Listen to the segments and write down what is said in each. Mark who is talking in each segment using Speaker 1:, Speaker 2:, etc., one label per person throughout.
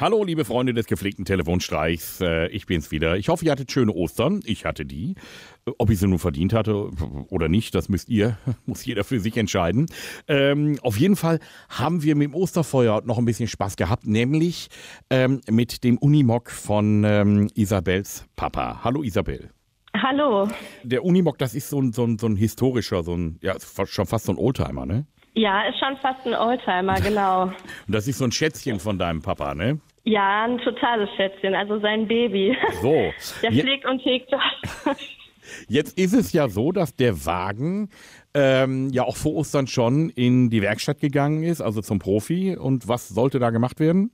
Speaker 1: Hallo, liebe Freunde des gepflegten Telefonstreichs. Äh, Ich bin's wieder. Ich hoffe, ihr hattet schöne Ostern. Ich hatte die. Äh, Ob ich sie nun verdient hatte oder nicht, das müsst ihr, muss jeder für sich entscheiden. Ähm, auf jeden Fall haben wir mit dem Osterfeuer noch ein bisschen Spaß gehabt, nämlich ähm, mit dem Unimog von ähm, Isabels Papa. Hallo, Isabel.
Speaker 2: Hallo.
Speaker 1: Der Unimog, das ist so ein, so ein, so ein historischer, so ein, ja, ist fa- schon fast so ein Oldtimer, ne?
Speaker 2: Ja, ist schon fast ein Oldtimer, genau.
Speaker 1: Und das ist so ein Schätzchen von deinem Papa, ne?
Speaker 2: Ja, ein totales Schätzchen, also sein Baby.
Speaker 1: So.
Speaker 2: Der
Speaker 1: Je-
Speaker 2: pflegt und hegt das.
Speaker 1: Jetzt ist es ja so, dass der Wagen ähm, ja auch vor Ostern schon in die Werkstatt gegangen ist, also zum Profi. Und was sollte da gemacht werden?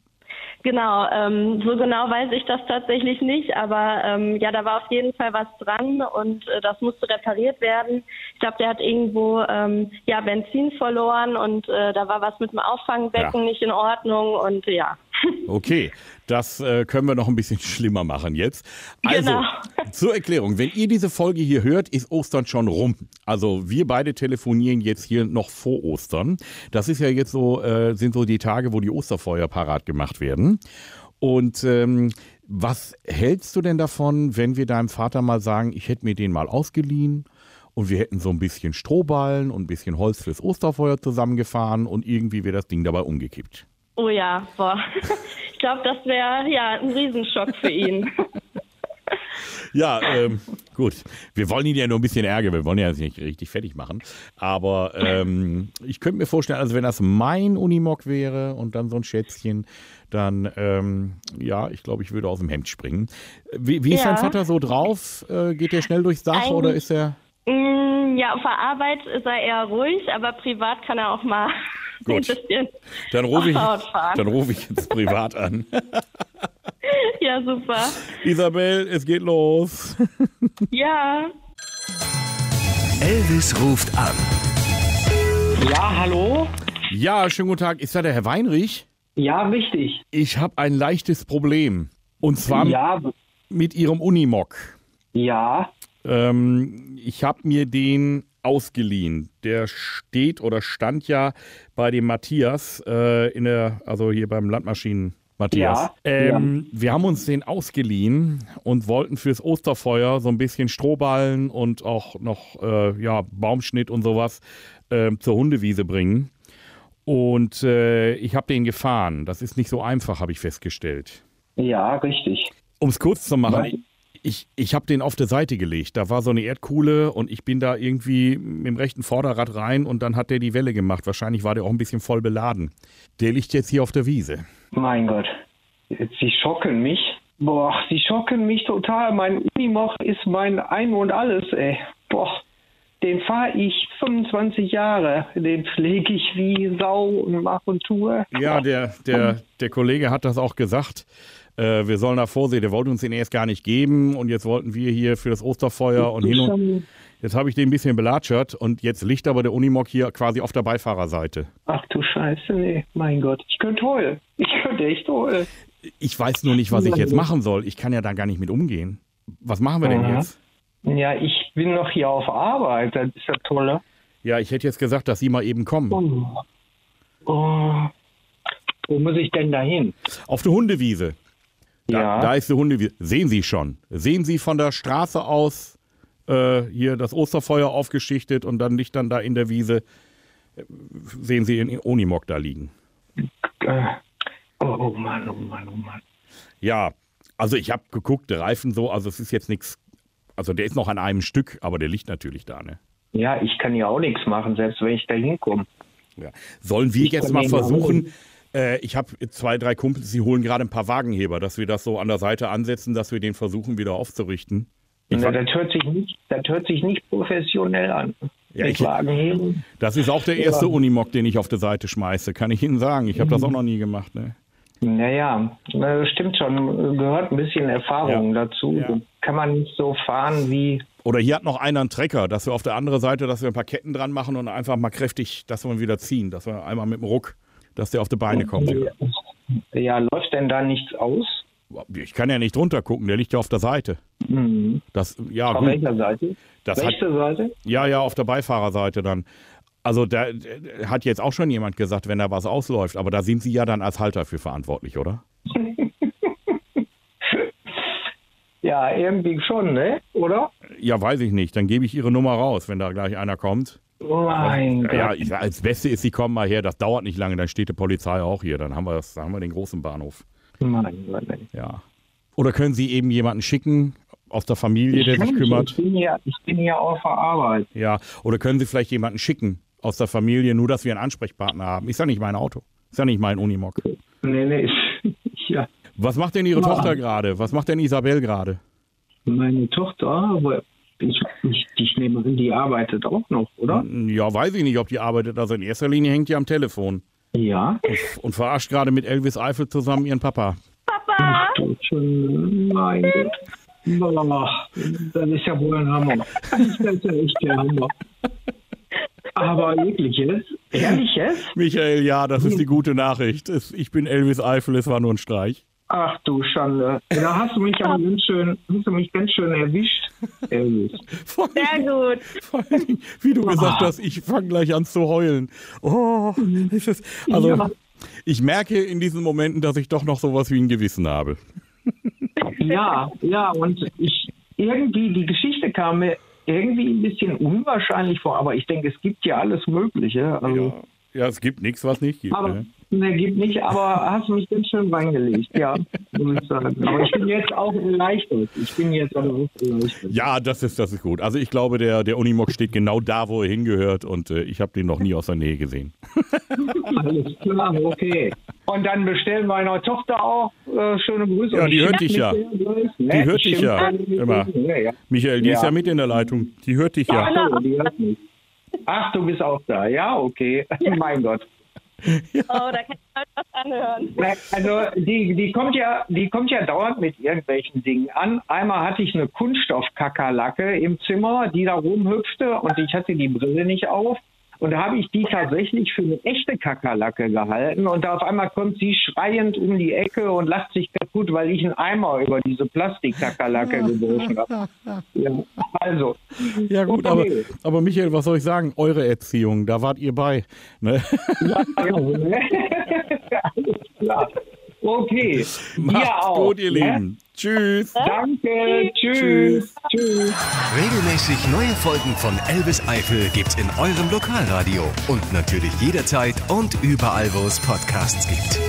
Speaker 2: Genau, ähm, so genau weiß ich das tatsächlich nicht, aber ähm, ja, da war auf jeden Fall was dran und äh, das musste repariert werden. Ich glaube, der hat irgendwo ähm, ja Benzin verloren und äh, da war was mit dem Auffangbecken
Speaker 1: Ja.
Speaker 2: nicht in Ordnung und ja.
Speaker 1: Okay, das äh, können wir noch ein bisschen schlimmer machen jetzt. Also,
Speaker 2: Genau.
Speaker 1: zur Erklärung, wenn ihr diese Folge hier hört, ist Ostern schon rum. Also wir beide telefonieren jetzt hier noch vor Ostern. Das ist ja jetzt so, äh, sind so die Tage, wo die Osterfeuer parat gemacht werden. Und ähm, was hältst du denn davon, wenn wir deinem Vater mal sagen, ich hätte mir den mal ausgeliehen und wir hätten so ein bisschen Strohballen und ein bisschen Holz fürs Osterfeuer zusammengefahren und irgendwie wäre das Ding dabei umgekippt?
Speaker 2: Oh ja, boah. Ich glaube, das wäre ja ein Riesenschock für ihn.
Speaker 1: Ja, ähm, gut. Wir wollen ihn ja nur ein bisschen ärgern. Wir wollen ihn ja jetzt nicht richtig fertig machen. Aber ähm, ich könnte mir vorstellen, also wenn das mein Unimog wäre und dann so ein Schätzchen, dann, ähm, ja, ich glaube, ich würde aus dem Hemd springen. Wie, wie ist
Speaker 2: Ja.
Speaker 1: dein Vater so drauf? Äh, geht der schnell durchs Dach
Speaker 2: Eigentlich-
Speaker 1: oder ist er.
Speaker 2: Mm, Ja, auf der Arbeit ist er eher ruhig, aber privat kann er auch mal ein
Speaker 1: Gut.
Speaker 2: bisschen.
Speaker 1: Dann rufe ich,
Speaker 2: Offroad fahren.
Speaker 1: dann rufe ich jetzt privat an.
Speaker 2: Ja, super.
Speaker 1: Isabel, es geht los.
Speaker 2: Ja.
Speaker 3: Elvis ruft an.
Speaker 4: Ja, hallo?
Speaker 1: Ja, schönen guten Tag. Ist da der Herr Weinrich?
Speaker 4: Ja, richtig.
Speaker 1: Ich habe ein leichtes Problem. Und zwar
Speaker 4: Ja, b-
Speaker 1: mit Ihrem Unimog.
Speaker 4: ja,
Speaker 1: Ähm, ich habe mir den ausgeliehen. Der steht oder stand ja bei dem Matthias äh, in der, also hier beim Landmaschinen. Matthias,
Speaker 4: Ja,
Speaker 1: ähm, wir haben uns den ausgeliehen und wollten fürs Osterfeuer so ein bisschen Strohballen und auch noch äh, ja, Baumschnitt und sowas ähm, zur Hundewiese bringen. Und äh, ich habe den gefahren. Das ist nicht so einfach, habe ich festgestellt.
Speaker 4: ja, richtig.
Speaker 1: Um es kurz zu machen,
Speaker 4: Nein.
Speaker 1: ich, ich habe den auf der Seite gelegt. Da war so eine Erdkuhle und ich bin da irgendwie mit dem rechten Vorderrad rein und dann hat der die Welle gemacht. Wahrscheinlich war der auch ein bisschen voll beladen. Der liegt jetzt hier auf der Wiese.
Speaker 4: Mein Gott. Sie schocken mich. Boah, sie schocken mich total. Mein Unimog ist mein Ein und Alles, ey. Boah, den fahre ich 25 Jahre. Den pflege ich wie Sau und mach und tue.
Speaker 1: Ja, der, der, der Kollege hat das auch gesagt. Äh, wir sollen da vorsehen. Der wollte uns den erst gar nicht geben und jetzt wollten wir hier für das Osterfeuer und hin und. Jetzt habe ich den ein bisschen belatschert und jetzt liegt aber der Unimog hier quasi auf der Beifahrerseite.
Speaker 4: Ach du Scheiße, nee, mein Gott. Ich könnte heulen. Ich könnte echt heulen.
Speaker 1: Ich weiß nur nicht, was ich jetzt machen soll. Ich kann ja da gar nicht mit umgehen. Was machen wir denn
Speaker 4: Aha.
Speaker 1: jetzt?
Speaker 4: Ja, ich bin noch hier auf Arbeit. Das ist ja toll. ne?
Speaker 1: Ja, ich hätte jetzt gesagt, dass Sie mal eben kommen.
Speaker 4: Oh. Oh. Wo muss ich denn da hin?
Speaker 1: Auf eine Hundewiese. Da,
Speaker 4: ja.
Speaker 1: da ist die Hundewiese. Sehen Sie schon. Sehen Sie von der Straße aus äh, hier das Osterfeuer aufgeschichtet und dann liegt dann da in der Wiese. äh, Sehen Sie in Onimog da liegen.
Speaker 4: Äh, Oh, oh Mann, oh Mann, oh Mann.
Speaker 1: Ja, also ich habe geguckt, der Reifen so, also es ist jetzt nichts. Also der ist noch an einem Stück, aber der liegt natürlich da, ne?
Speaker 4: Ja, ich kann ja auch nichts machen, selbst wenn ich da hinkomme.
Speaker 1: Ja. Sollen wir jetzt
Speaker 4: kann
Speaker 1: mal
Speaker 4: den mal
Speaker 1: versuchen, äh, ich habe zwei, drei Kumpels, die holen gerade ein paar Wagenheber, dass wir das so an der Seite ansetzen, dass wir den versuchen wieder aufzurichten. Ich
Speaker 4: Na,
Speaker 1: war,
Speaker 4: Ne, das, hört sich nicht, das hört sich nicht professionell an.
Speaker 1: Ja,
Speaker 4: Mit
Speaker 1: ich-
Speaker 4: Wagenheben.
Speaker 1: das ist auch der erste Unimog, den ich auf der Seite schmeiße, kann ich Ihnen sagen. Ich habe
Speaker 4: Mhm.
Speaker 1: das auch noch nie gemacht. Ne?
Speaker 4: Naja, na, stimmt schon, gehört ein bisschen Erfahrung dazu.
Speaker 1: Ja.
Speaker 4: Kann man nicht so fahren wie.
Speaker 1: Oder hier hat noch einer einen Trecker, dass wir auf der anderen Seite, dass wir ein paar Ketten dran machen und einfach mal kräftig, dass wir ihn wieder ziehen, dass wir einmal mit dem Ruck, dass der auf die Beine kommt.
Speaker 4: Ja, läuft denn da nichts aus?
Speaker 1: Ich kann ja nicht runter gucken, der liegt ja auf der Seite.
Speaker 4: Mhm.
Speaker 1: Das, ja,
Speaker 4: Auf
Speaker 1: Ah, gut,
Speaker 4: welcher Seite?
Speaker 1: das hat,
Speaker 4: Rechte Seite?
Speaker 1: Ja, ja, auf der Beifahrerseite dann. Also da äh, hat jetzt auch schon jemand gesagt, wenn da was ausläuft, aber da sind Sie ja dann als Halter für verantwortlich, oder?
Speaker 4: Ja, irgendwie schon, ne? Oder?
Speaker 1: Ja, weiß ich nicht. Dann gebe ich Ihre Nummer raus, wenn da gleich einer kommt.
Speaker 4: Oh Mein Gott.
Speaker 1: Ja, ich, als Beste ist, Sie kommen mal her. Das dauert nicht lange. Dann steht die Polizei auch hier. Dann haben wir, das, dann haben wir den großen Bahnhof.
Speaker 4: Mein Gott. ey.
Speaker 1: Ja. Oder können Sie eben jemanden schicken aus der Familie, der sich
Speaker 4: kann nicht,
Speaker 1: kümmert?
Speaker 4: Ich bin hier, ich bin hier auf der Arbeit.
Speaker 1: Ja. Oder können Sie vielleicht jemanden schicken aus der Familie, nur dass wir einen Ansprechpartner haben? Ist ja nicht mein Auto. Ist ja nicht mein Unimog.
Speaker 4: Nee, nee. Ja,
Speaker 1: Was macht denn Ihre Tochter gerade? Was macht denn Isabel gerade?
Speaker 4: meine Tochter, aber ich, ich, ich nehme an, die arbeitet auch noch, oder?
Speaker 1: Ja, weiß ich nicht, ob die arbeitet. Also in erster Linie hängt die am Telefon
Speaker 4: Ja.
Speaker 1: und verarscht gerade mit Elvis Eifel zusammen ihren Papa.
Speaker 2: Papa!
Speaker 4: Das ist schon, mein Gott. Boah, Das ist ja wohl ein Hammer. Das ist ja echt der Hammer. Aber wirklich jetzt? Ehrlich jetzt?
Speaker 1: Michael, ja, das ist die gute Nachricht. Es- Ich bin Elvis Eifel, es war nur ein Streich.
Speaker 4: Ach du Schande. Da hast du mich aber ganz schön, hast du mich ganz schön erwischt. Elvis.
Speaker 1: Vor
Speaker 2: Sehr gut.
Speaker 1: Vor allen Dingen, wie du gesagt hast, ich fange gleich an zu heulen. Oh, ist es, also
Speaker 4: Ja.
Speaker 1: ich merke in diesen Momenten, dass ich doch noch sowas wie ein Gewissen habe.
Speaker 4: Ja, ja, und ich irgendwie, die Geschichte kam mir irgendwie ein bisschen unwahrscheinlich vor, aber ich denke, es gibt ja alles Mögliche. Also,
Speaker 1: Ja, ja es gibt nichts, was nicht gibt.
Speaker 4: Aber
Speaker 1: Ne?
Speaker 4: ne, gibt nicht, aber hast mich ganz schön reingelegt, ja, muss ich sagen. Aber ich bin jetzt auch erleichtert. Ich bin jetzt aber auch erleichtert.
Speaker 1: Ja, das ist, das ist gut. Also ich glaube, der, der Unimog steht genau da, wo er hingehört und äh, ich habe den noch nie aus der Nähe gesehen.
Speaker 4: Alles klar, okay. Und dann bestellen meiner Tochter auch äh, schöne Grüße.
Speaker 1: Ja,
Speaker 4: Und
Speaker 1: die
Speaker 4: ich
Speaker 1: hört dich
Speaker 4: schimpf
Speaker 1: ja.
Speaker 4: mit der gleich, ne?
Speaker 1: Die hört
Speaker 4: Ich
Speaker 1: dich
Speaker 4: schimpf
Speaker 1: ja
Speaker 4: mit der
Speaker 1: immer.
Speaker 4: gleich, ne? Ja.
Speaker 1: Michael, die ist
Speaker 4: Ja.
Speaker 1: ja mit in der Leitung. Die hört dich ja.
Speaker 4: Ach so, die hört mich. Ach, du bist auch da. Ja, okay. Mein Gott.
Speaker 2: Oh, da kann ich mal was anhören.
Speaker 4: Na, Also die, die kommt ja, die kommt ja dauernd mit irgendwelchen Dingen an. Einmal hatte ich eine Kunststoffkakerlacke im Zimmer, die da rumhüpfte und ich hatte die Brille nicht auf. Und da habe ich die tatsächlich für eine echte Kakerlacke gehalten. Und da auf einmal kommt sie schreiend um die Ecke und lacht sich kaputt, weil ich einen Eimer über diese Plastikkakerlacke geworfen habe. Ja, also,
Speaker 1: Ja gut, aber,
Speaker 4: Okay.
Speaker 1: aber Michael, was soll ich sagen? Eure Erziehung, da wart ihr bei. Ne?
Speaker 4: also ne? Alles klar. Okay.
Speaker 1: Macht's
Speaker 4: auch,
Speaker 1: gut, ihr
Speaker 4: ne?
Speaker 1: Lieben. Tschüss.
Speaker 4: Danke.
Speaker 1: Tschüss.
Speaker 4: Tschüss. Tschüss.
Speaker 3: Regelmäßig neue Folgen von Elvis Eifel gibt's in eurem Lokalradio und natürlich jederzeit und überall, wo es Podcasts gibt.